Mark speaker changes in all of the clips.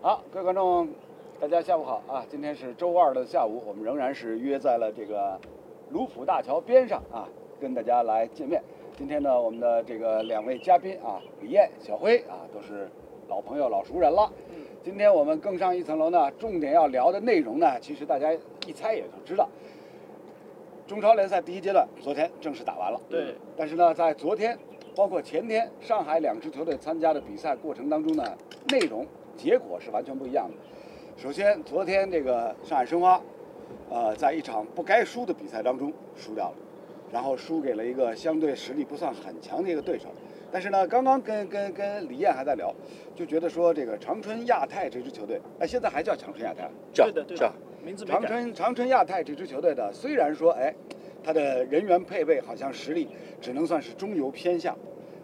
Speaker 1: 好，各位观众，大家下午好啊！今天是周二的下午，我们仍然是约在了这个卢浦大桥边上啊，跟大家来见面。今天呢，我们的这个两位嘉宾啊，李艳、小辉啊，都是老朋友、老熟人了。今天我们更上一层楼呢，重点要聊的内容呢，其实大家一猜也就知道。中超联赛第一阶段昨天正式打完了，
Speaker 2: 对。
Speaker 1: 但是呢，在昨天，包括前天，上海两支球队参加的比赛过程当中呢，内容结果是完全不一样的。首先，昨天这个上海申花，呃，在一场不该输的比赛当中输掉了，然后输给了一个相对实力不算很强的一个对手。但是呢，刚刚跟跟跟李艳还在聊，就觉得说这个长春亚泰这支球队，哎，现在还叫长春亚泰啊，
Speaker 2: 对的，对的，名字没
Speaker 1: 长
Speaker 2: 改。
Speaker 1: 春长春亚泰这支球队的，虽然说哎，他的人员配备好像实力只能算是中游偏下，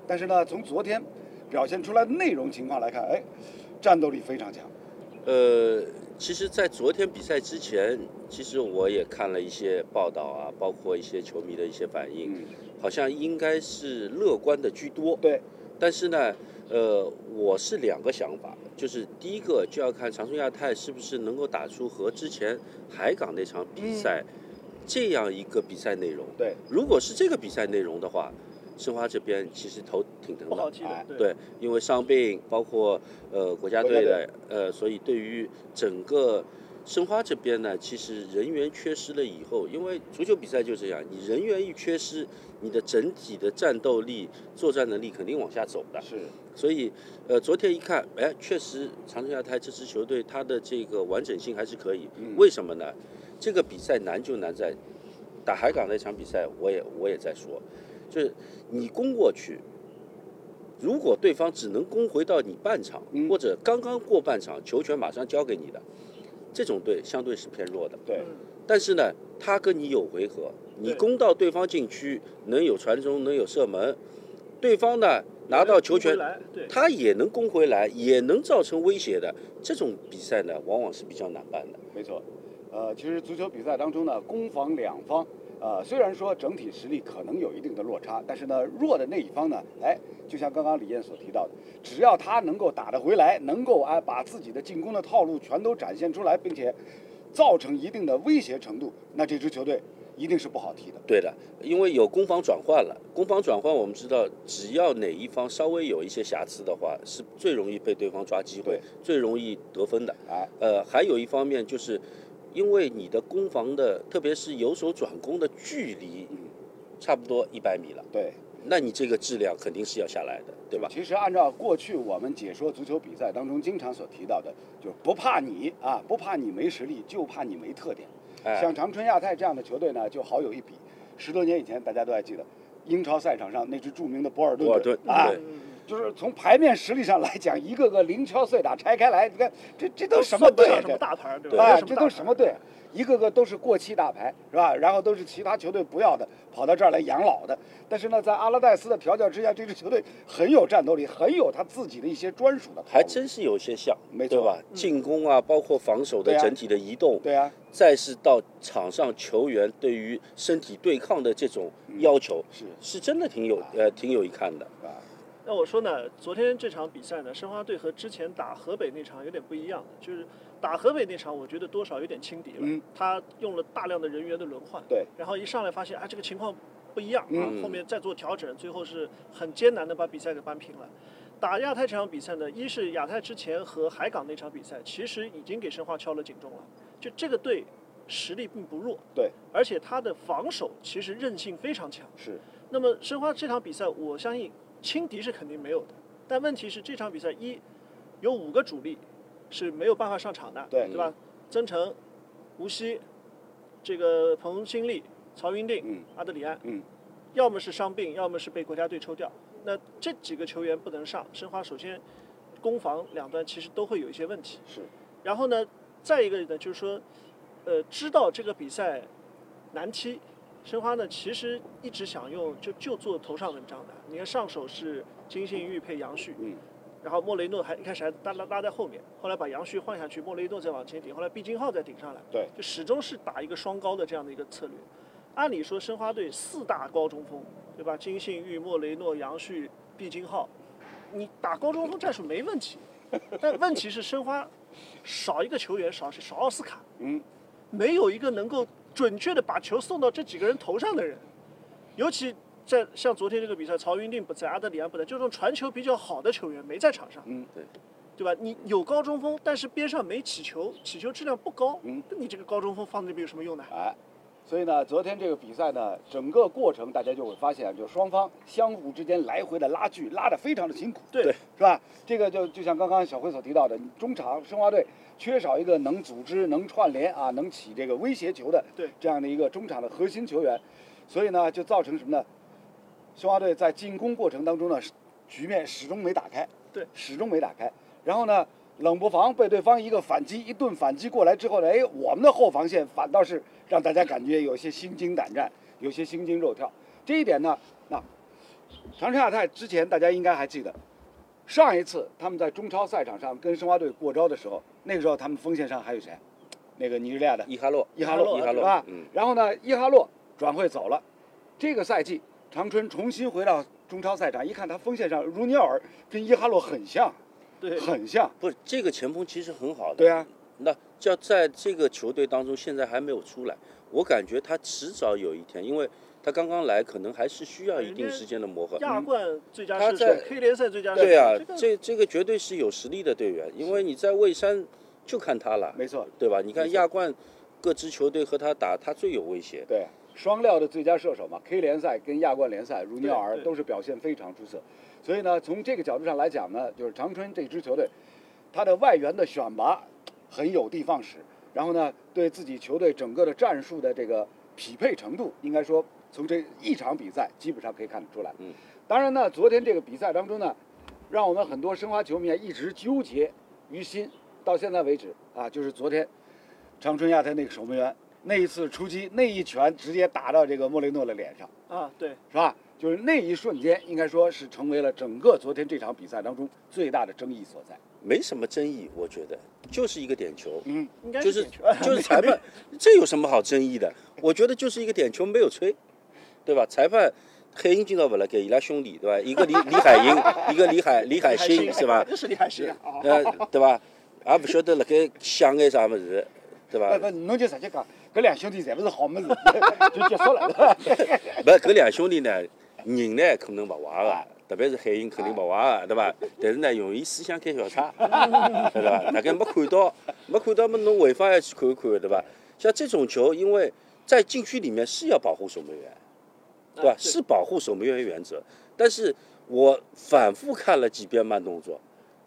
Speaker 1: 但是呢，从昨天表现出来的内容情况来看，哎，战斗力非常强。
Speaker 3: 呃，其实，在昨天比赛之前，其实我也看了一些报道啊，包括一些球迷的一些反应，
Speaker 1: 嗯，
Speaker 3: 好像应该是乐观的居多。
Speaker 1: 对，
Speaker 3: 但是呢，呃，我是两个想法，就是第一个就要看长春亚泰是不是能够打出和之前海港那场比赛、
Speaker 2: 嗯
Speaker 3: 这样一个比赛内容。
Speaker 1: 对，
Speaker 3: 如果是这个比赛内容的话，申花这边其实头挺疼
Speaker 2: 不
Speaker 3: 的
Speaker 2: 好。踢
Speaker 1: 哎
Speaker 2: 的，
Speaker 3: 对，因为伤病，包括呃国家队的呃，所以对于整个申花这边呢，其实人员缺失了以后，因为足球比赛就这样，你人员一缺失，你的整体的战斗力、作战能力肯定往下走的。
Speaker 1: 是，
Speaker 3: 所以呃，昨天一看，哎，确实长春亚泰这支球队它的这个完整性还是可以。
Speaker 1: 嗯
Speaker 3: 为什么呢？这个比赛难就难在打海港那场比赛，我也我也在说，就是你攻过去，如果对方只能攻回到你半场，
Speaker 1: 嗯
Speaker 3: 或者刚刚过半场，球权马上交给你的，这种队相对是偏弱的。
Speaker 1: 对，
Speaker 2: 嗯
Speaker 3: 但是呢，他跟你有回合，你
Speaker 2: 对
Speaker 3: 攻到对方禁区，能有传中，能有射门，对方呢拿到球权
Speaker 2: 回。来，对，
Speaker 3: 他也能攻回来，也能造成威胁的这种比赛呢，往往是比较难办的。
Speaker 1: 没错。呃，其实足球比赛当中呢，攻防两方，呃，虽然说整体实力可能有一定的落差，但是呢，弱的那一方呢，哎，就像刚刚李艳所提到的，只要他能够打得回来，能够哎把自己的进攻的套路全都展现出来，并且造成一定的威胁程度，那这支球队一定是不好踢的。
Speaker 3: 对的，因为有攻防转换了，攻防转换我们知道，只要哪一方稍微有一些瑕疵的话，是最容易被对方抓机
Speaker 1: 对
Speaker 3: 会，最容易得分的。
Speaker 1: 哎，
Speaker 3: 呃，还有一方面就是，因为你的攻防的，特别是由守转攻的距离
Speaker 1: 嗯，
Speaker 3: 差不多一百米了，
Speaker 1: 对，
Speaker 3: 那你这个质量肯定是要下来的，对吧？
Speaker 1: 其实按照过去我们解说足球比赛当中经常所提到的，就是不怕你啊，不怕你没实力，就怕你没特点。
Speaker 3: 哎，
Speaker 1: 像长春亚泰这样的球队呢，就好有一比。十多年以前，大家都还记得，英超赛场上那支著名的博尔顿队
Speaker 3: 博尔顿
Speaker 1: 啊
Speaker 3: 对，
Speaker 1: 就是从牌面实力上来讲，一个个零敲碎打拆开来，你看这这都什么
Speaker 2: 算不
Speaker 1: 队啊
Speaker 2: 上？什么大牌，对
Speaker 1: 这
Speaker 2: 吧？
Speaker 1: 哎，
Speaker 2: 没
Speaker 1: 这都什么
Speaker 2: 大牌？
Speaker 1: 队啊？一个个都是过期大牌，是吧？然后都是其他球队不要的，跑到这儿来养老的。但是呢，在阿拉戴斯的调教之下，这支球队很有战斗力，很有他自己的一些专属的套路。
Speaker 3: 还真是有些像，
Speaker 1: 没错嗯
Speaker 3: 对吧？进攻啊，包括防守
Speaker 1: 对
Speaker 3: 的
Speaker 1: 啊
Speaker 3: 整体的移动，
Speaker 1: 对啊，
Speaker 3: 再是到场上球员对于身体对抗的这种
Speaker 1: 嗯
Speaker 3: 要求，
Speaker 1: 是
Speaker 3: 是真的挺有呃挺有一看的。
Speaker 1: 啊，
Speaker 2: 那我说呢，昨天这场比赛呢，申花队和之前打河北那场有点不一样，就是打河北那场，我觉得多少有点轻敌
Speaker 1: 嗯
Speaker 2: 了。他用了大量的人员的轮换，
Speaker 1: 对，
Speaker 2: 然后一上来发现啊，这个情况不一样啊
Speaker 3: 嗯，
Speaker 2: 后面再做调整，最后是很艰难的把比赛给扳平了。打亚太这场比赛呢，一是亚太之前和海港那场比赛，其实已经给申花敲了警钟了。就这个队实力并不弱，
Speaker 1: 对，
Speaker 2: 而且他的防守其实韧性非常强。
Speaker 1: 是
Speaker 2: 那么申花这场比赛，我相信轻敌是肯定没有的，但问题是这场比赛一有五个主力是没有办法上场的，
Speaker 1: 对嗯
Speaker 2: 吧？曾诚、吴曦、这个彭新立、曹云定、
Speaker 1: 嗯
Speaker 2: 阿德里安，
Speaker 1: 嗯，
Speaker 2: 要么是伤病，要么是被国家队抽掉。那这几个球员不能上，申花首先攻防两端其实都会有一些问题。
Speaker 1: 是，
Speaker 2: 然后呢，再一个呢，就是说，呃，知道这个比赛难踢，申花呢其实一直想用就就做头上文章的。你看上手是金信玉配杨旭，
Speaker 1: 嗯，
Speaker 2: 然后莫雷诺还一开始还拉拉拉在后面，后来把杨旭换下去，莫雷诺再往前顶，后来毕竟浩再顶上来，
Speaker 1: 对，
Speaker 2: 就始终是打一个双高的这样的一个策略。按理说，申花队四大高中锋，对吧？金信玉、莫雷诺、杨旭、毕竟浩，你打高中锋战术没问题，但问题是申花少一个球员，少少奥斯卡，
Speaker 1: 嗯，
Speaker 2: 没有一个能够准确的把球送到这几个人头上的人，尤其在像昨天这个比赛，曹云定不在，阿德里安不在，就这种传球比较好的球员没在场上，
Speaker 1: 嗯，
Speaker 3: 对，
Speaker 2: 对吧？你有高中锋，但是边上没起球，起球质量不高，
Speaker 1: 嗯，
Speaker 2: 那你这个高中锋放在那边有什么用呢？
Speaker 1: 哎，所以呢，昨天这个比赛呢，整个过程大家就会发现，啊就双方相互之间来回的拉锯，拉得非常的辛苦，
Speaker 2: 对，
Speaker 1: 是吧？这个就就像刚刚小辉所提到的，中场申花队缺少一个能组织、能串联啊、能起这个威胁球的
Speaker 2: 对
Speaker 1: 这样的一个中场的核心球员，所以呢，就造成什么呢？申花队在进攻过程当中呢，是局面始终没打开，
Speaker 2: 对，
Speaker 1: 始终没打开。然后呢，冷不防被对方一个反击，一顿反击过来之后呢，哎，我们的后防线反倒是让大家感觉有些心惊胆战，有些心惊肉跳。这一点呢，那长春亚泰之前大家应该还记得，上一次他们在中超赛场上跟申花队过招的时候，那个时候他们锋线上还有谁？那个尼日利亚的
Speaker 3: 伊哈洛，
Speaker 1: 伊哈洛，
Speaker 3: 伊哈
Speaker 1: 是吧
Speaker 3: 洛，？嗯，
Speaker 1: 然后呢，伊哈洛转会走了，这个赛季长春重新回到中超赛场，一看他锋线上如尼奥尔跟伊哈洛很像，
Speaker 2: 对，
Speaker 1: 很像，
Speaker 3: 不是这个前锋其实很好的，
Speaker 1: 对啊，
Speaker 3: 那要在这个球队当中，现在还没有出来，我感觉他迟早有一天，因为他刚刚来，可能还是需要一定时间的磨合。
Speaker 2: 亚冠最佳
Speaker 3: 他
Speaker 2: 射手
Speaker 3: 在
Speaker 2: ，K 联赛最佳射手，
Speaker 3: 对啊
Speaker 2: 这，个
Speaker 3: 这这个绝对是有实力的队员，因为你在蔚山就看他了，
Speaker 1: 没错，
Speaker 3: 对吧？你
Speaker 1: 没
Speaker 3: 看
Speaker 1: 错
Speaker 3: 亚冠各支球队和他打，他最有威胁。
Speaker 1: 对，啊双料的最佳射手嘛，K 联赛跟亚冠联赛，如尼奥尔
Speaker 2: 对对
Speaker 1: 都是表现非常出色。所以呢，从这个角度上来讲呢，就是长春这支球队，他的外援的选拔很有的放矢，然后呢，对自己球队整个的战术的这个匹配程度，应该说从这一场比赛基本上可以看得出来。
Speaker 3: 嗯，
Speaker 1: 当然呢，昨天这个比赛当中呢，让我们很多申花球迷啊一直纠结于心，到现在为止啊，就是昨天长春亚泰那个守门员那一次出击，那一拳直接打到这个莫雷诺的脸上，
Speaker 2: 啊，对，
Speaker 1: 是吧？就是那一瞬间，应该说是成为了整个昨天这场比赛当中最大的争议所在。
Speaker 3: 没什么争议，我觉得就是一个点球，
Speaker 1: 嗯，
Speaker 2: 应该
Speaker 3: 就是是
Speaker 2: 点球
Speaker 3: 就是裁判，这有什么好争议的？我觉得就是一个点球没有吹，对吧？裁判海英今朝不来给伊拉兄弟，对吧？一个李 李海英，一个李海李海星，是吧？
Speaker 2: 那是李海星啊，
Speaker 3: 呃，对吧？也不晓得辣盖想眼啥么子，对
Speaker 1: 不？
Speaker 3: 吧
Speaker 1: 不，侬就直接讲，搿呃两兄弟侪不是好么子，就结束了。
Speaker 3: 不，搿两兄弟呢，人呢可能勿坏个，啊特别是海英肯定勿坏个，啊对伐？但是呢，容易思想开小差， 对伐？大概没看到，没看到么侬回放要去看一看，对伐？像这种球，因为在禁区里面是要保护守门员，对吧？
Speaker 2: 啊
Speaker 3: 是保护守门员原则，但是我反复看了几遍慢动作。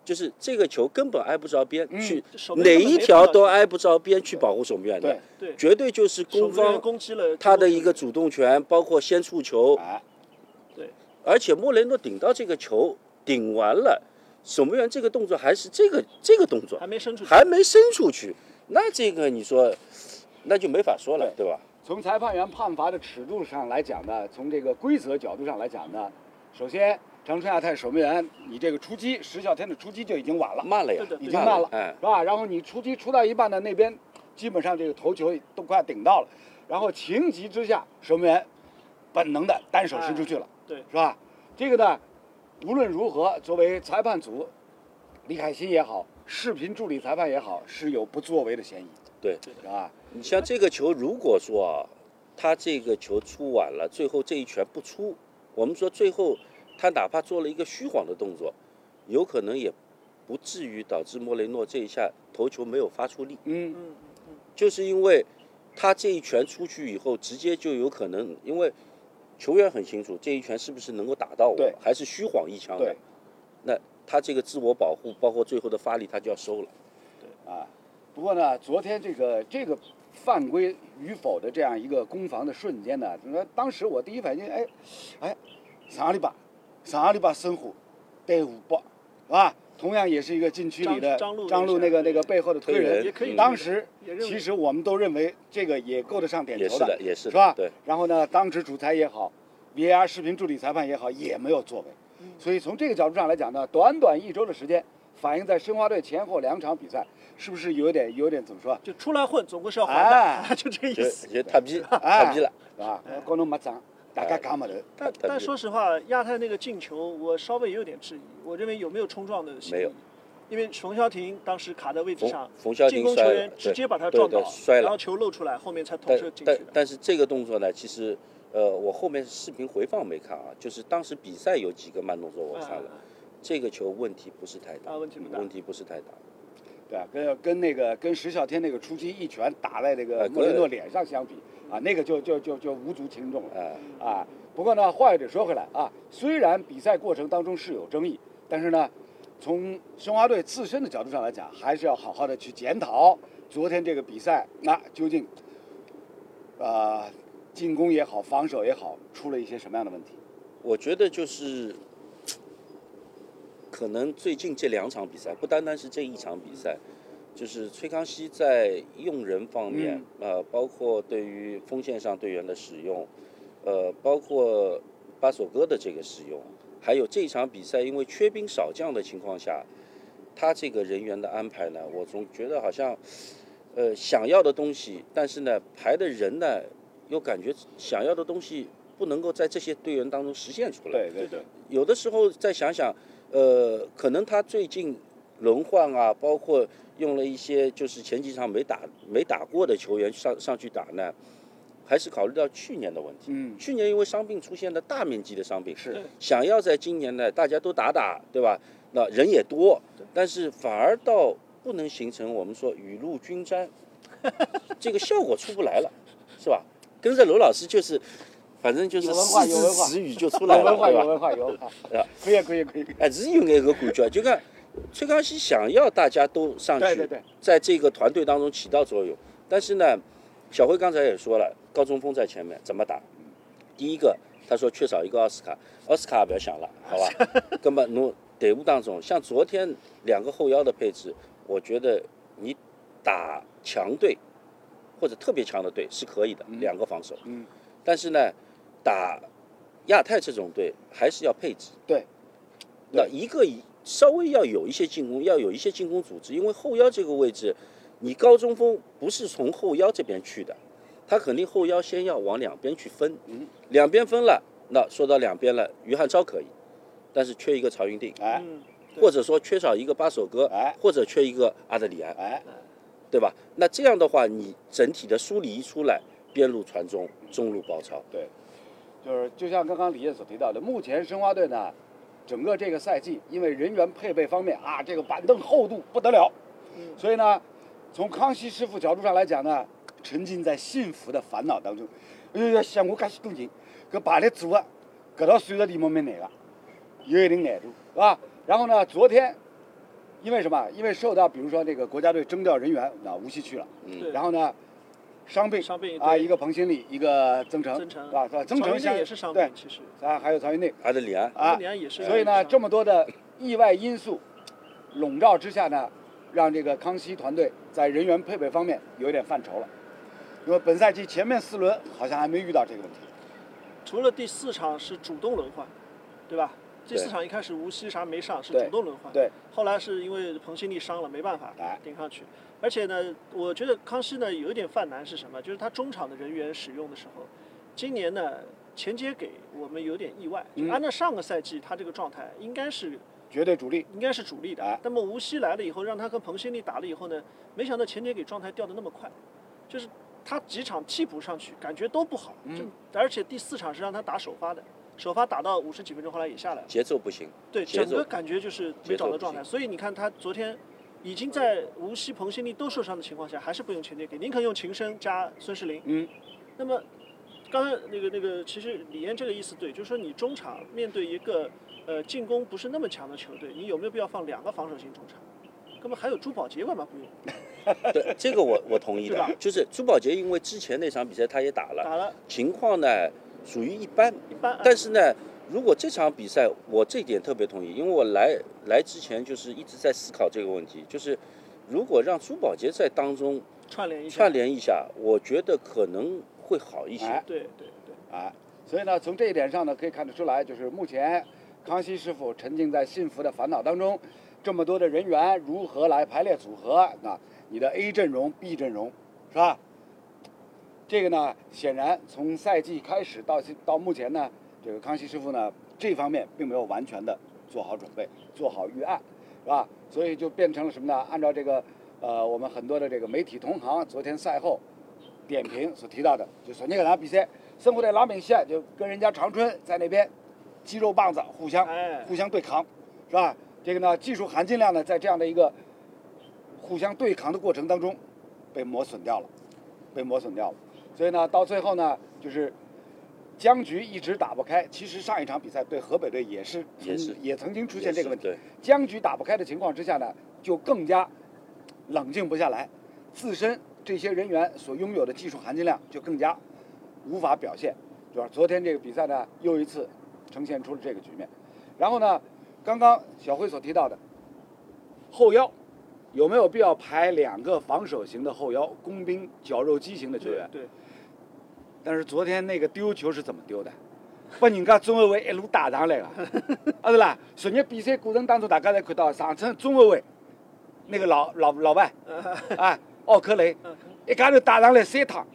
Speaker 3: 就是这个球根本挨不着边，
Speaker 1: 嗯
Speaker 3: 去
Speaker 2: 守门
Speaker 3: 哪
Speaker 2: 员根本
Speaker 3: 一
Speaker 2: 没
Speaker 3: 条
Speaker 2: 碰到
Speaker 3: 都
Speaker 2: 球
Speaker 3: 挨不着边去保护守门员的
Speaker 1: 对，
Speaker 2: 对，
Speaker 3: 绝对就是
Speaker 2: 守
Speaker 3: 攻
Speaker 2: 门员
Speaker 3: 方
Speaker 2: 攻击了
Speaker 3: 他的一个主动权，包括先触球，
Speaker 1: 哎，
Speaker 3: 而且莫雷诺顶到这个球，顶完了，守门员这个动作还是这个这个动作
Speaker 2: 还，没伸出去，
Speaker 3: 还没伸出去，那这个你说，那就没法说了，对吧？
Speaker 1: 从裁判员判罚的尺度上来讲呢，从这个规则角度上来讲呢，首先长春亚泰守门员，你这个出击，石孝天的出击就已经晚了，
Speaker 3: 慢了呀
Speaker 2: 对的，
Speaker 1: 已
Speaker 2: 对
Speaker 1: 经
Speaker 2: 的
Speaker 1: 慢了，
Speaker 3: 哎，
Speaker 1: 是吧？然后你出击出到一半呢，那边基本上这个头球都快顶到了，然后情急之下，守门员本能的单手伸出去了，
Speaker 3: 哎
Speaker 2: 对
Speaker 1: 是吧？这个呢，无论如何，作为裁判组，李凯欣也好，视频助理裁判也好，是有不作为的嫌疑，
Speaker 3: 对
Speaker 1: 是吧？
Speaker 3: 你像这个球，如果说啊，他这个球出晚了，最后这一拳不出，我们说最后他哪怕做了一个虚晃的动作，有可能也不至于导致莫雷诺这一下头球没有发出力。
Speaker 1: 嗯，
Speaker 2: 嗯，嗯
Speaker 3: 就是因为他这一拳出去以后，直接就有可能，因为球员很清楚这一拳是不是能够打到我
Speaker 1: 对，
Speaker 3: 还是虚晃一枪的
Speaker 1: 对。
Speaker 3: 那他这个自我保护，包括最后的发力，他就要收了。
Speaker 1: 啊，不过呢，昨天这个这个犯规与否的这样一个攻防的瞬间呢，那当时我第一反应，哎，哎，上个礼拜，上个礼拜申虎对五报，是吧？同样也是一个禁区里的
Speaker 2: 张张璐
Speaker 1: 张璐那个那个背后的推
Speaker 3: 推
Speaker 1: 人，
Speaker 3: 人
Speaker 2: 也可以
Speaker 3: 嗯
Speaker 1: 当时
Speaker 2: 也认为
Speaker 1: 其实我们都认为这个也够得上点
Speaker 3: 也
Speaker 1: 球
Speaker 3: 是的，也是
Speaker 1: 是
Speaker 3: 的，
Speaker 1: 吧？
Speaker 3: 对，
Speaker 1: 然后呢，当值主裁也好，VAR 视频助理裁判也好，也没有作为。所以从这个角度上来讲呢，短短一周的时间，反映在申花队前后两场比赛，是不是有点有点怎么说啊？
Speaker 2: 就出来混，总归是要还的，
Speaker 1: 哎
Speaker 2: 就这个意
Speaker 3: 就
Speaker 2: 思。
Speaker 3: 就踏逼，
Speaker 1: 哎
Speaker 3: 踏逼了。
Speaker 1: 啊，高能没涨，大家讲不头。
Speaker 2: 但
Speaker 3: 特别
Speaker 2: 但说实话，亚太那个进球，我稍微有点质疑，我认为有没有冲撞的嫌
Speaker 3: 没
Speaker 2: 疑？
Speaker 3: 有，
Speaker 2: 因为冯潇霆当时卡在位置上，
Speaker 3: 冯潇
Speaker 2: 啊进
Speaker 3: 霆
Speaker 2: 攻
Speaker 3: 摔
Speaker 2: 球
Speaker 3: 了
Speaker 2: 员直
Speaker 3: 对
Speaker 2: 接把他
Speaker 3: 对
Speaker 2: 撞
Speaker 3: 对
Speaker 2: 倒，
Speaker 3: 摔了
Speaker 2: 然后球漏出来，后面才捅
Speaker 3: 但
Speaker 2: 射进
Speaker 3: 但
Speaker 2: 去的。
Speaker 3: 但是这个动作呢，其实呃，我后面视频回放没看啊，就是当时比赛有几个慢动作我看了，
Speaker 2: 啊
Speaker 3: 这个球问题不是太大，
Speaker 2: 啊问题不大
Speaker 3: 嗯问题不是太大。
Speaker 1: 对啊，跟跟那个跟石啸天那个出击一拳打在这
Speaker 3: 哎
Speaker 1: 个莫雷
Speaker 3: 对
Speaker 1: 诺脸上相比啊，那个就就就就无足轻重了。
Speaker 3: 啊，
Speaker 1: 啊，不过呢，话又得说回来啊，虽然比赛过程当中是有争议，但是呢，从申花队自身的角度上来讲，还是要好好的去检讨昨天这个比赛，那、究竟，啊、进攻也好，防守也好，出了一些什么样的问题？
Speaker 3: 我觉得就是，可能最近这两场比赛，不单单是这一场比赛，就是崔康熙在用人方面，呃，包括对于锋线上队员的使用，呃，包括巴索戈的这个使用，还有这场比赛因为缺兵少将的情况下，他这个人员的安排呢，我总觉得好像，呃，想要的东西，但是呢，排的人呢，又感觉想要的东西不能够在这些队员当中实现出来。
Speaker 1: 对对对，
Speaker 3: 有的时候再想想，呃，可能他最近轮换啊，包括用了一些就是前几场没打没打过的球员上上去打呢，还是考虑到去年的问题。
Speaker 1: 嗯，
Speaker 3: 去年因为伤病出现了大面积的伤病，
Speaker 1: 是，
Speaker 3: 想要在今年呢大家都打打，对吧？那人也多，但是反而倒不能形成我们说雨露均沾， 这个效果出不来了，是吧？跟着罗老师就是，反正就是
Speaker 1: 有文化
Speaker 3: 四
Speaker 1: 有
Speaker 3: 字
Speaker 1: 文化
Speaker 3: 词语就出
Speaker 1: 有
Speaker 3: 来了，
Speaker 1: 文化，
Speaker 3: 对吧？
Speaker 1: 有文化，有文化
Speaker 3: 啊，
Speaker 1: 可以可以可以，
Speaker 3: 哎，是有眼个感觉，就讲崔康熙想要大家都上去，
Speaker 1: 对对对
Speaker 3: 在这个团队当中起到作用。但是呢，小辉刚才也说了，高中锋在前面怎么打？第一个，他说缺少一个奥斯卡，奥斯卡不要想了，好 吧？根本侬队伍当中，像昨天两个后腰的配置，我觉得你打强队或者特别强的队是可以的，两个防守。
Speaker 1: 嗯，
Speaker 3: 但是呢，打亚太这种队还是要配置。
Speaker 1: 对，
Speaker 3: 那一个以稍微要有一些进攻，要有一些进攻组织，因为后腰这个位置，你高中锋不是从后腰这边去的，他肯定后腰先要往两边去分，
Speaker 1: 嗯
Speaker 3: 两边分了，那说到两边了，于汉超可以，但是缺一个曹云定，
Speaker 1: 哎
Speaker 2: 嗯，
Speaker 3: 或者说缺少一个巴索戈
Speaker 1: 哎，
Speaker 3: 或者缺一个阿德里安，
Speaker 1: 哎，
Speaker 3: 对吧？那这样的话，你整体的梳理一出来，边路传中，中路包抄，
Speaker 1: 对，就是就像刚刚李燕所提到的，目前申花队呢，整个这个赛季因为人员配备方面啊，这个板凳厚度不得了，
Speaker 2: 嗯
Speaker 1: 所以呢，从康熙师傅角度上来讲呢，沉浸在幸福的烦恼当中。哎呦，想我介许多人，搿排列组合，搿道算术里面蛮难个，有一定难度，是吧？然后呢，昨天因为什么？因为受到比如说这个国家队征调人员，那无锡去了，
Speaker 2: 对
Speaker 1: 然后呢，伤病
Speaker 2: 嗯伤病
Speaker 1: 啊，
Speaker 2: 对
Speaker 1: 一个彭新立，一个曾诚，
Speaker 2: 增城
Speaker 1: 啊是吧？是吧曾
Speaker 2: 曹
Speaker 1: 诚现
Speaker 2: 云金
Speaker 1: 在
Speaker 2: 也是伤
Speaker 1: 对
Speaker 2: 病，，其实
Speaker 1: 啊，还有曹云内
Speaker 3: 阿德里安，
Speaker 1: 啊
Speaker 2: 当，年也是，
Speaker 1: 所以呢，这么多的意外因素笼罩之下呢，让这个康熙团队在人员配备方面有一点犯愁了。因为本赛季前面四轮好像还没遇到这个问题。
Speaker 2: 除了第四场是主动轮换，对吧？第四
Speaker 3: 对
Speaker 2: 场一开始无锡啥没上，是
Speaker 1: 对
Speaker 2: 主动轮换。
Speaker 1: 对，
Speaker 2: 后来是因为彭新立伤了，没办法
Speaker 1: 哎
Speaker 2: 顶上去。而且呢，我觉得康熙呢有一点犯难是什么？就是他中场的人员使用的时候，今年呢前接给我们有点意外。就
Speaker 1: 嗯
Speaker 2: 按照上个赛季他这个状态，应该是
Speaker 1: 绝对主力，
Speaker 2: 应该是主力的啊
Speaker 1: 哎。
Speaker 2: 那么无锡来了以后，让他跟彭新立打了以后呢，没想到钱杰给状态掉的那么快，就是他几场替补上去感觉都不好，就而且第四场是让他打首发的，首发打到五十几分钟，后来也下来了。
Speaker 3: 节奏不行，
Speaker 2: 对，
Speaker 3: 节
Speaker 2: 整
Speaker 3: 奏
Speaker 2: 个感觉就是没找到状
Speaker 3: 节奏
Speaker 2: 态。
Speaker 3: 不行
Speaker 2: 所以你看他昨天。已经在无锡、彭新立都受伤的情况下，还是不用钱杰给，宁肯用秦升加孙世林。
Speaker 1: 嗯，
Speaker 2: 那么，刚才那个那个，其实李岩这个意思对，就是说你中场面对一个呃进攻不是那么强的球队，你有没有必要放两个防守型中场？根本还有朱宝杰干嘛不用？
Speaker 3: 对，这个我我同意
Speaker 2: 对吧
Speaker 3: 的，就是朱宝杰因为之前那场比赛他也打
Speaker 1: 啊
Speaker 3: 了，
Speaker 2: 打了
Speaker 3: 情况呢属于一般，
Speaker 1: 嗯
Speaker 2: 一般，
Speaker 3: 但是呢，如果这场比赛我这点特别同意，因为我来来之前就是一直在思考这个问题，就是如果让朱宝杰在当中
Speaker 2: 串联一下，
Speaker 3: 串联一下，我觉得可能会好一些
Speaker 1: 哎。
Speaker 2: 对对对，
Speaker 1: 啊，所以呢，从这一点上呢，可以看得出来，就是目前康熙师傅沉浸在幸福的烦恼当中，这么多的人员如何来排列组合啊？你的 A 阵容、B 阵容，是吧？这个呢，显然从赛季开始到现到目前呢，这个康熙师傅呢这方面并没有完全的做好准备，做好预案，是吧？所以就变成了什么呢？按照这个呃，我们很多的这个媒体同行昨天赛后点评所提到的，就索尼克拿比赛，生活在拉美西亚，就跟人家长春在那边肌肉棒子互相
Speaker 2: 哎
Speaker 1: 互相对抗，是吧？这个呢，技术含金量呢，在这样的一个互相对抗的过程当中被磨损掉了，被磨损掉了。所以呢，到最后呢，就是僵局一直打不开。其实上一场比赛对河北队也是曾
Speaker 3: 也是
Speaker 1: 也曾经出现这个问题
Speaker 3: 也是，
Speaker 1: 僵局打不开的情况之下呢，就更加冷静不下来，自身这些人员所拥有的技术含金量就更加无法表现。就是昨天这个比赛呢，又一次呈现出了这个局面。然后呢，刚刚小辉所提到的后腰，有没有必要排两个防守型的后腰，工兵绞肉机型的球
Speaker 3: 啊
Speaker 1: 员？
Speaker 2: 对，
Speaker 1: 但是昨天那个丢球是怎么丢的？把人家中后卫一路打上来了，啊是啦！昨日比赛过程当中，大家才看到上层中后卫那个老老老外啊，奥克雷
Speaker 2: 嗯
Speaker 1: 一家头打上来三趟，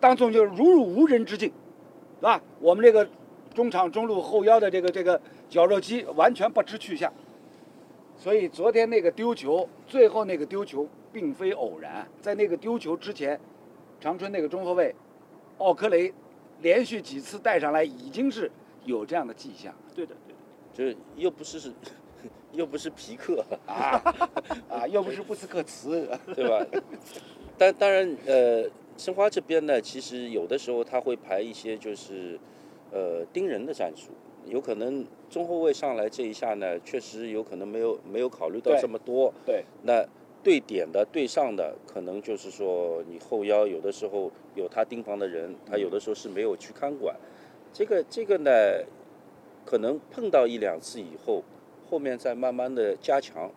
Speaker 1: 当中就如入无人之境，是吧？我们这个中场、中路、后腰的这个这个绞肉机完全不知去向。所以昨天那个丢球，最后那个丢球并非偶然，在那个丢球之前，长春那个中后卫奥克雷连续几次带上来，已经是有这样的迹象
Speaker 2: 对的，对的。
Speaker 3: 就是又不是 又不是皮克，
Speaker 1: 啊啊，又不是布斯克茨，
Speaker 3: 对吧？但当然，呃，申花这边呢，其实有的时候他会排一些就是呃盯人的战术，有可能中后卫上来这一下呢，确实有可能没有没有考虑到
Speaker 1: 对
Speaker 3: 这么多。
Speaker 1: 对
Speaker 3: 那对点的对上的，可能就是说你后腰有的时候有他盯防的人，他有的时候是没有去看管。这个这个呢，可能碰到一两次以后，后面再慢慢的加强。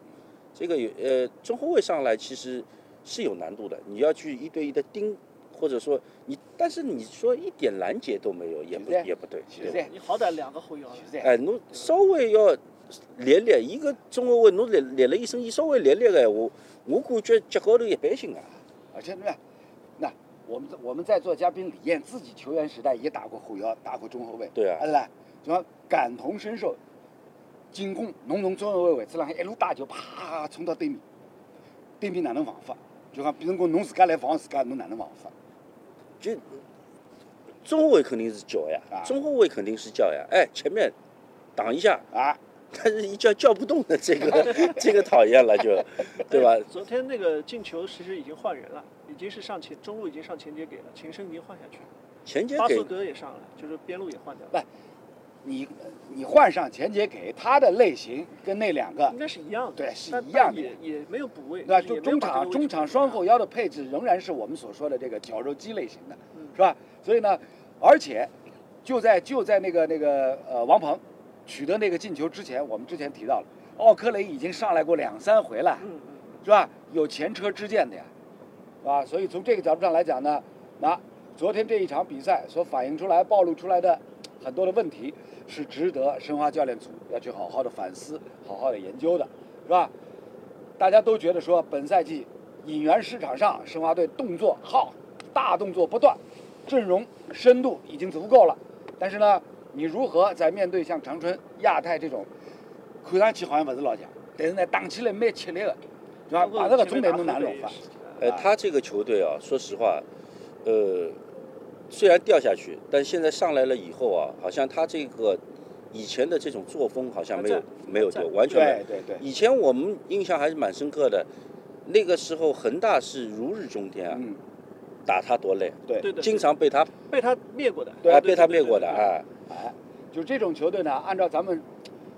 Speaker 3: 这个有呃中后卫上来其实是有难度的，你要去一对一的盯，或者说你，但是你说一点拦截都没有，也不
Speaker 1: 是的
Speaker 3: 也不对，
Speaker 1: 是
Speaker 3: 对
Speaker 1: 的
Speaker 3: 吧？
Speaker 2: 你好歹两个后腰了
Speaker 1: 就。这样。
Speaker 3: 哎，侬稍微要练练，一个中后卫侬练练了一身，伊稍微练练个闲话，我感觉脚高头一般性啊。
Speaker 1: 而且那那我们在我们在座嘉宾李艳自己球员时代也打过后腰，打过中后卫，
Speaker 3: 对啊
Speaker 1: 对吧？什么感同身受，进攻侬从中后卫位置浪向一路打球，啪冲到对面，对面哪能防法？就讲，比如讲侬自家来防自家，侬哪能防法？
Speaker 3: 就中后卫肯定是脚呀，
Speaker 1: 啊
Speaker 3: 中后卫肯定是脚呀。哎，前面挡一下，
Speaker 1: 啊，
Speaker 3: 但是一叫叫不动的，这个 这个讨厌了就，对吧
Speaker 2: 哎？昨天那个进球其实已经换人了，已经是上前中路已经上前接给了，秦升已经换下去了，
Speaker 3: 前节
Speaker 2: 巴
Speaker 3: 给
Speaker 2: 索德也上了，就是边路也换掉
Speaker 1: 不
Speaker 2: 了，
Speaker 1: 你你换上钱杰给他的类型跟那两个
Speaker 2: 应该是一样的，
Speaker 1: 对是
Speaker 2: 但
Speaker 1: 一样
Speaker 2: 但
Speaker 1: 的
Speaker 2: 也也没有补位，
Speaker 1: 对吧？啊
Speaker 2: 就是
Speaker 1: 就
Speaker 2: 也没
Speaker 1: 中
Speaker 2: 有把这个
Speaker 1: 场
Speaker 2: 位置
Speaker 1: 中场双后腰的配置仍然是我们所说的这个绞肉机类型的
Speaker 2: 嗯，
Speaker 1: 是吧？所以呢，而且就在就在那个那个呃王鹏取得那个进球之前，我们之前提到了奥克雷已经上来过两三回了，
Speaker 2: 嗯嗯嗯，
Speaker 1: 是吧？有前车之鉴的呀，啊，所以从这个角度上来讲呢，那昨天这一场比赛所反映出来、暴露出来的很多的问题，是值得申花教练组要去好好的反思、好好的研究的，是吧？大家都觉得说本赛季引援市场上，申花队动作好，大动作不断，阵容深度已经足够了，但是呢，你如何在面对像长春、亚泰这种看上去好像不是老强，但是呢打起来蛮吃力的，是吧？
Speaker 2: 包括
Speaker 1: 把这个
Speaker 2: 前
Speaker 1: 重
Speaker 2: 面
Speaker 1: 点
Speaker 2: 打
Speaker 1: 弄哪
Speaker 2: 后
Speaker 1: 弄
Speaker 2: 卫也
Speaker 1: 法？
Speaker 2: 是
Speaker 3: 呃，
Speaker 1: 啊
Speaker 3: 他这个球队啊，说实话，呃，虽然掉下去，但现在上来了以后啊，好像他这个以前的这种作风好像没有
Speaker 2: 还在
Speaker 3: 没有
Speaker 2: 还在
Speaker 3: 丢，完全没有
Speaker 1: 对。对对，
Speaker 3: 以前我们印象还是蛮深刻的，那个时候恒大是如日中天啊，
Speaker 1: 嗯，
Speaker 3: 打他多累，啊
Speaker 1: 对
Speaker 2: 对的，
Speaker 3: 经常被他
Speaker 2: 被他灭过的，
Speaker 3: 啊
Speaker 2: 对
Speaker 3: 被他灭过的，啊。
Speaker 1: 哎，就这种球队呢，按照咱们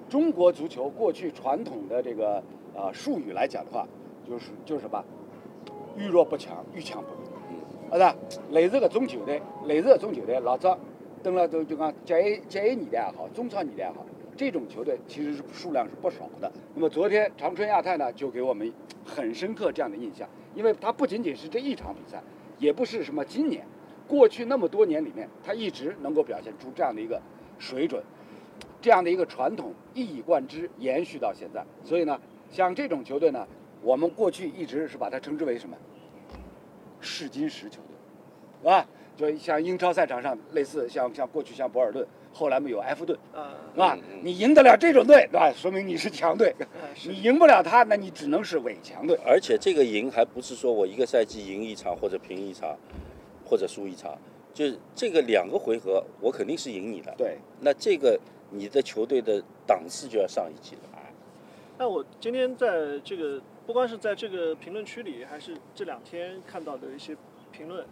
Speaker 1: 中国足球过去传统的这个呃术语来讲的话，就是就是什么，遇弱不强，遇强不弱。啊，是吧？类似搿种球队，类似搿种球队，老早登了都就讲甲 A 甲 A 年代也好，中超年代也好，这种球队其实是数量是不少的。那么昨天长春亚泰呢，就给我们很深刻这样的印象，因为它不仅仅是这一场比赛，也不是什么今年，过去那么多年里面，它一直能够表现出这样的一个水准，这样的一个传统一以贯之，延续到现在。所以呢，像这种球队呢，我们过去一直是把它称之为什么？啊试金石球队，是吧？就像英超赛场上类似像像过去像博尔顿，后来嘛有埃弗顿，
Speaker 2: 啊，
Speaker 1: 是吧
Speaker 3: 嗯嗯？
Speaker 1: 你赢得了这种队，对吧？说明你是强队。
Speaker 2: 哎是
Speaker 1: 你赢不了他，那你只能是伪强队。
Speaker 3: 而且这个赢还不是说我一个赛季赢一场或者平一场，或者输一场，就是这个两个回合我肯定是赢你的。
Speaker 1: 对，
Speaker 3: 那这个你的球队的档次就要上一级了。
Speaker 2: 哎那我今天在这个，不光是在这个评论区里，还是这两天看到的一些评论，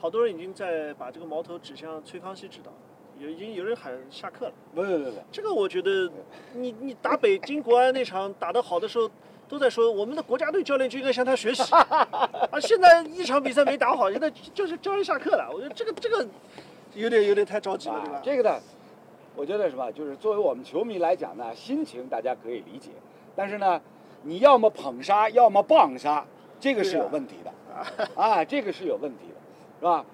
Speaker 2: 好多人已经在把这个矛头指向崔康熙指导，有已经有人喊下课了。
Speaker 1: 不不不不，
Speaker 2: 这个我觉得你，你打北京国安那场打得好的时候，都在说我们的国家队教练就应该向他学习，啊，现在一场比赛没打好，现在就是教练下课了。我觉得这个这个有点有点太着急了，对吧
Speaker 1: 啊？这个呢，我觉得是吧？就是作为我们球迷来讲呢，心情大家可以理解，但是呢，你要么捧杀，要么棒杀，这个是
Speaker 2: 对啊
Speaker 1: 有问题的啊，这个是有问题的，是吧？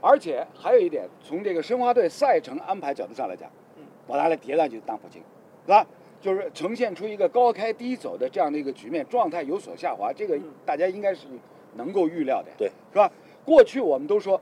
Speaker 1: 而且还有一点，从这个申花队赛程安排角度上来讲
Speaker 2: 嗯，
Speaker 1: 把它来叠上去当不清，是吧？就是呈现出一个高开低走的这样的一个局面，状态有所下滑，这个
Speaker 2: 嗯
Speaker 1: 大家应该是能够预料的，
Speaker 3: 对，
Speaker 1: 是吧？过去我们都说，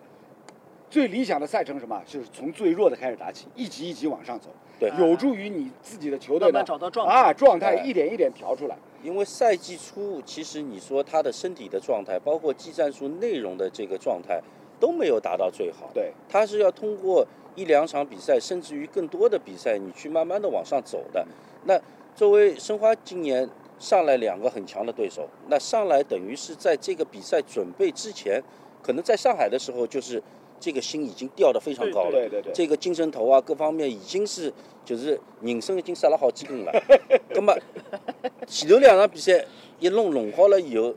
Speaker 1: 最理想的赛程是什么？就是从最弱的开始打起，一级一级往上走，
Speaker 3: 对
Speaker 1: 有助于你自己的球队呢
Speaker 2: 啊慢慢找到状态
Speaker 1: 啊，状态
Speaker 3: 对
Speaker 1: 一点一点调出来。
Speaker 3: 因为赛季初，其实你说他的身体的状态，包括技战术内容的这个状态，都没有达到最好。，
Speaker 1: 对，
Speaker 3: 他是要通过一两场比赛，甚至于更多的比赛，你去慢慢的往上走的。那作为申花今年上来两个很强的对手，那上来等于是在这个比赛准备之前，可能在上海的时候就是这个心已经掉得非常高了。
Speaker 1: 对对对，
Speaker 3: 这个精神头啊，各方面已经是就是人生已经杀了好几根了。 那么前头两场比赛一弄弄好了以后，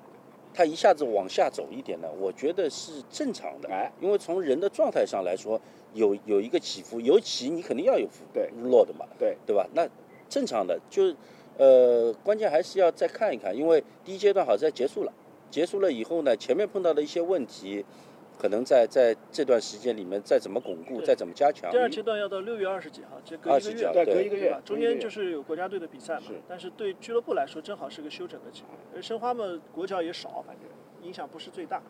Speaker 3: 他一下子往下走一点呢，我觉得是正常的
Speaker 1: 哎，
Speaker 3: 因为从人的状态上来说，有有一个起伏，有起你肯定要有伏
Speaker 1: 对
Speaker 3: 落的嘛，
Speaker 1: 对
Speaker 3: 对吧？那正常的就是呃，关键还是要再看一看，因为第一阶段好在结束了，结束了以后呢，前面碰到的一些问题。可能在在这段时间里面，再怎么巩固，
Speaker 2: 对
Speaker 3: 再怎么加强，
Speaker 2: 第二阶段要到六月二十几号，这隔一个
Speaker 3: 20几
Speaker 2: 月
Speaker 3: 号。
Speaker 1: 对
Speaker 3: 对
Speaker 1: 隔一个
Speaker 2: 对
Speaker 1: 月
Speaker 2: 吧？，中间就是是有国家队的比赛嘛
Speaker 1: 是，
Speaker 2: 但是对俱乐部来说正好是个休整的期。而申花嘛，国脚也少，反正影响不是最大。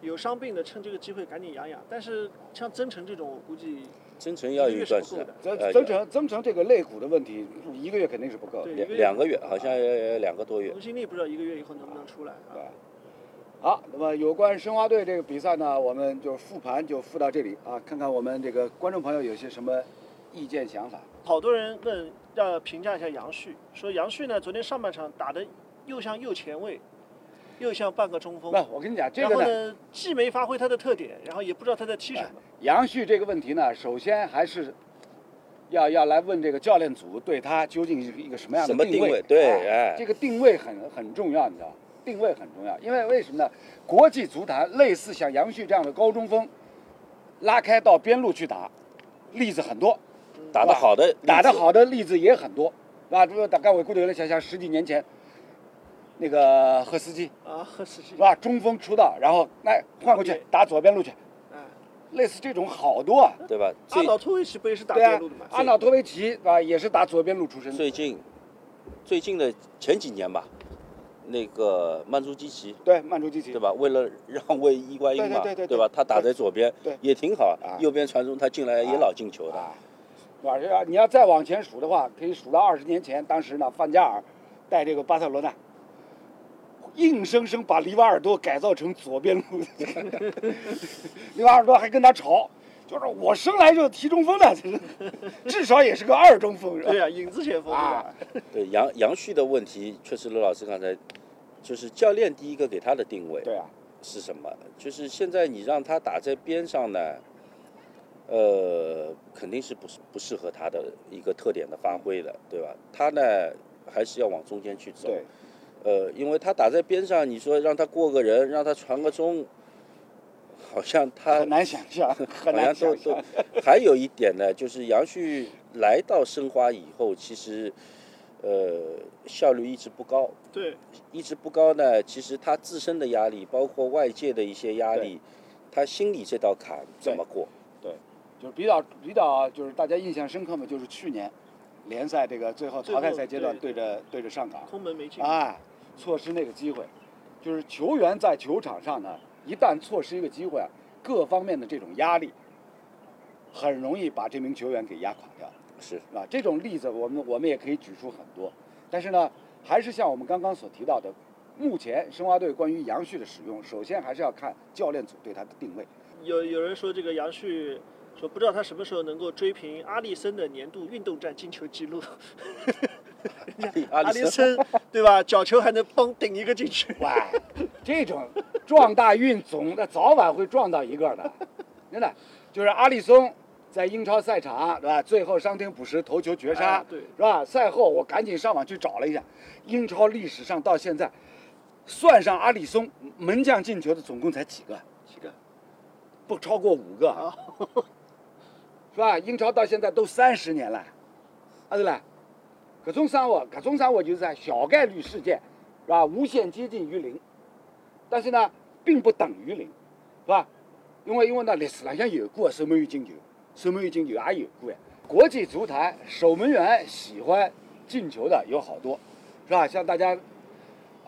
Speaker 2: 有伤病的趁这个机会赶紧养养，但是像曾诚这种，我估计
Speaker 3: 增程要有一段时间，
Speaker 1: 增
Speaker 3: 呃
Speaker 1: 增成增成这个肋骨的问题，一个月肯定是不够的。
Speaker 2: 对
Speaker 3: 两两个月，好像要要要两个多月。
Speaker 2: 冯新力不知道一个月以后能不能出来
Speaker 1: 对
Speaker 2: 啊？。
Speaker 1: 好，那么有关申花队这个比赛呢，我们就复盘就复到这里啊，看看我们这个观众朋友有些什么意见想法。
Speaker 2: 好多人问要评价一下杨旭，说杨旭呢，昨天上半场打的又像右前卫，又像半个中锋
Speaker 1: 不，，我跟你讲，这
Speaker 2: 哦然
Speaker 1: 个
Speaker 2: 后
Speaker 1: 呢，
Speaker 2: 呢，既没发挥他的特点，然后也不知道他在踢什么。
Speaker 1: 杨旭这个问题呢，首先还是要要来问这个教练组对他究竟是一个什么样的
Speaker 3: 什么
Speaker 1: 定
Speaker 3: 定位对
Speaker 1: 哎
Speaker 3: 哎
Speaker 1: 这个定位很很重要，你知道吗？定位很重要，因为为什么呢？国际足坛类似像杨旭这样的高中锋，拉开到边路去打，例子很多，
Speaker 3: 打得好的，
Speaker 1: 打得，好的例子也很多，是吧？这个大概我估计了想想十几年前，那个赫斯基
Speaker 2: 啊， 赫斯基
Speaker 1: 是，吧？中锋出道，然后哎换过去
Speaker 2: 对
Speaker 1: 打左边路去，
Speaker 2: 哎，
Speaker 1: 类似这种好多啊。
Speaker 3: 对吧？
Speaker 2: 阿
Speaker 3: 最
Speaker 2: 瑙托维奇不也是打
Speaker 1: 对啊
Speaker 2: 边路的吗，？
Speaker 1: 阿瑙托维奇啊也是打左边路出身的。
Speaker 3: 最近最近的前几年吧，那个曼朱基奇，
Speaker 1: 对，曼朱基奇
Speaker 3: 对。吧？为了 让位伊瓜因嘛，
Speaker 1: 对对对对对
Speaker 3: 吧？他打在左边
Speaker 1: 对
Speaker 3: 也挺好
Speaker 1: 啊，
Speaker 3: 右边传中他进来也老进球的
Speaker 1: 啊，，而且你要再往前数的话，可以数到二十年前，当时呢，范加尔带这个巴塞罗那，硬生生把里瓦尔多改造成左边路， 里瓦尔多还跟他吵。就是我生来就踢中锋的， 就是至少也是个二中锋，是吧
Speaker 2: 对？啊，影子前锋对吧
Speaker 1: 啊？
Speaker 3: 对杨杨旭的问题，确实罗老师刚才就是教练第一个给他的定位，
Speaker 1: 对啊，
Speaker 3: 是什么？就是现在你让他打在边上呢，呃，肯定是不是不适合他的一个特点的发挥的，对吧？他呢还是要往中间去走，
Speaker 1: 对，
Speaker 3: 呃，因为他打在边上，你说让他过个人，让他传个中，好像他
Speaker 1: 很难想象，很
Speaker 3: 好像
Speaker 1: 难想
Speaker 3: 都都
Speaker 1: 象。。
Speaker 3: 还有一点呢，就是杨旭来到申花以后，其实呃效率一直不高，
Speaker 2: 对，
Speaker 3: 一直不高呢，其实他自身的压力，包括外界的一些压力，他心里这道坎怎么过？
Speaker 1: 就是比较比较就是大家印象深刻嘛，就是去年联赛这个最后淘汰赛阶段对
Speaker 2: 最
Speaker 1: 着对着上港，
Speaker 2: 空门没进。
Speaker 1: 哎，错失那个机会，就是球员在球场上呢，一旦错失一个机会啊，各方面的这种压力，很容易把这名球员给压垮掉，
Speaker 3: 是
Speaker 1: 是吧？这种例子我们我们也可以举出很多，但是呢，还是像我们刚刚所提到的，目前申花队关于杨旭的使用，首先还是要看教练组对他的定位。
Speaker 2: 有有人说这个杨旭说不知道他什么时候能够追平阿里森的年度运动战进球记录，
Speaker 3: 阿
Speaker 2: 阿
Speaker 3: 里
Speaker 2: 里
Speaker 3: 森
Speaker 2: 森对吧？角球还能嘣顶一个进去，
Speaker 1: 喂，这种撞大运总的早晚会撞到一个的， 真的。就是阿里松在英超赛场是吧？最后伤停补时头球绝杀，
Speaker 2: 哎对
Speaker 1: 是吧？赛后我赶紧上网去找了一下，英超历史上到现在，算上阿里松门将进球的总共才几个？
Speaker 2: 几个
Speaker 1: 不超过五个，
Speaker 2: 啊？
Speaker 1: 是吧？英超到现在都三十年了，啊对了，搿种生活，搿种生活就是啥小概率事件，是吧？无限接近于零，但是呢，并不等于零，是吧？因为因为呢，历史上向有过守门员进球，守门员进球也有过呀。国际足坛守门员喜欢进球的有好多，是吧？像大家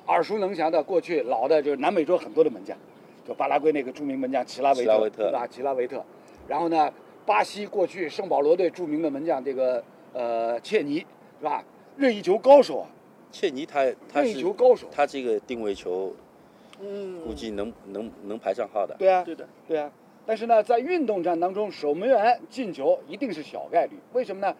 Speaker 1: 耳熟能详的，过去老的就是南美洲很多的门将，就巴拉圭那个著名门将齐拉维
Speaker 3: 齐拉
Speaker 1: 特，
Speaker 3: 维特
Speaker 1: 对吧？齐拉维特，然后呢，巴西过去圣保罗队著名的门将这个呃切尼，是吧？任意球高手啊，
Speaker 3: 切尼他他
Speaker 1: 任意
Speaker 3: 是
Speaker 1: 球高手，
Speaker 3: 他这个定位球
Speaker 2: 嗯，
Speaker 3: 估计能能能排上号的。
Speaker 1: 对啊，
Speaker 2: 对的，
Speaker 1: 对啊，但是呢，在运动战当中，守门员进球一定是小概率，为什么呢？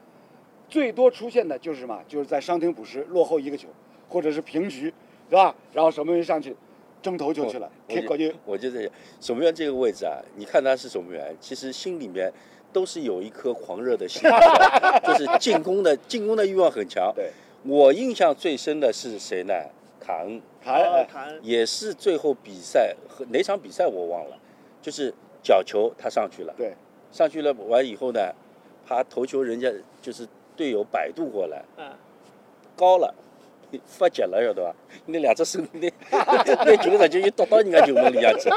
Speaker 1: 最多出现的就是什么？就是在伤停补时落后一个球，或者是平局，对吧？然后守门员上去争头球去了，
Speaker 3: 我就
Speaker 1: 结果就
Speaker 3: 我就在想，守门员这个位置啊，你看他是守门员，其实心里面都是有一颗狂热的心 的，就是进攻的进攻的欲望很强。
Speaker 1: 对，
Speaker 3: 我印象最深的是谁呢？卡恩，
Speaker 1: 还
Speaker 2: 哦
Speaker 1: 哎
Speaker 2: 谈
Speaker 3: 也是最后比赛和哪场比赛我忘了，就是角球他上去了，
Speaker 1: 对，
Speaker 3: 上去了完以后呢，他头球人家就是队友摆渡过来，
Speaker 2: 嗯，
Speaker 3: 高了。 发脚了，晓得吧？那两只手， 那那球感觉就倒到人家球门里样子。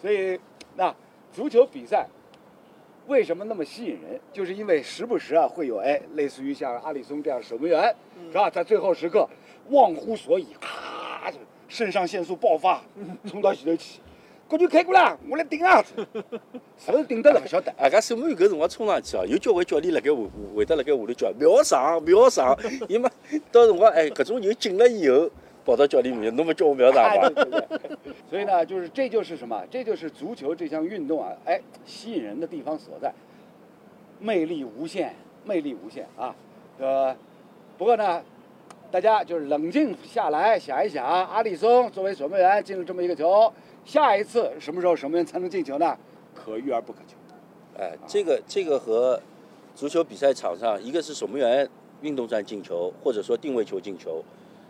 Speaker 1: 所以那足球比赛为什么那么吸引人？就是因为时不时啊会有哎，类似于像阿里松这样守门员，是吧？在最后时刻忘乎所以，咔、就肾上腺素爆发，冲到前头去，国球开过来，我来顶啊！是不是顶得了？不晓得。
Speaker 3: 啊，噶守门员搿辰光冲上去哦，有交关教练辣盖下会得辣盖下头叫苗上苗上， 伊嘛到辰光哎，搿种球进了以后，跑到教练面前，侬勿叫我苗 上
Speaker 1: 哎
Speaker 3: 伐？
Speaker 1: 对对对 所以呢，就是这就是什么？这就是足球这项运动啊，哎，吸引人的地方所在，魅力无限，魅力无限啊。呃，不过呢，大家就是冷静下来想一想，啊阿里松作为守门员进了这么一个球，下一次什么时候守门员才能进球呢？可遇而不可求。
Speaker 3: 哎，这个这个和足球比赛场上，一个是守门员运动战进球，或者说定位球进球，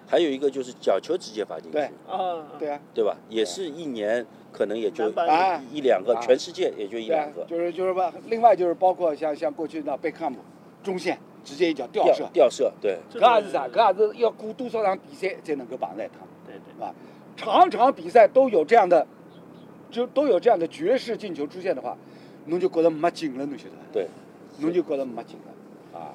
Speaker 3: 还有一个就是角球直接罚进去，
Speaker 1: 对
Speaker 2: 啊，
Speaker 1: 对啊，
Speaker 3: 对吧？也是一年可能也就
Speaker 2: 篮板
Speaker 1: 啊
Speaker 3: 一一两个
Speaker 1: 啊，
Speaker 3: 全世界也就一
Speaker 1: 对啊
Speaker 3: 两个，，
Speaker 1: 就是就是吧。另外就是包括像像过去那贝克汉姆中线直接一脚吊射
Speaker 3: 吊，吊射，对。
Speaker 2: 这
Speaker 1: 搿
Speaker 2: 个
Speaker 1: 也是啥？搿也是要过多少场比赛才能够碰着一趟？
Speaker 2: 对对，
Speaker 1: 啊，场场比赛都有这样的，就都有这样的绝世进球出现的话，侬就觉得没劲了，侬晓得伐？
Speaker 3: 对，
Speaker 1: 侬就觉得没劲了啊！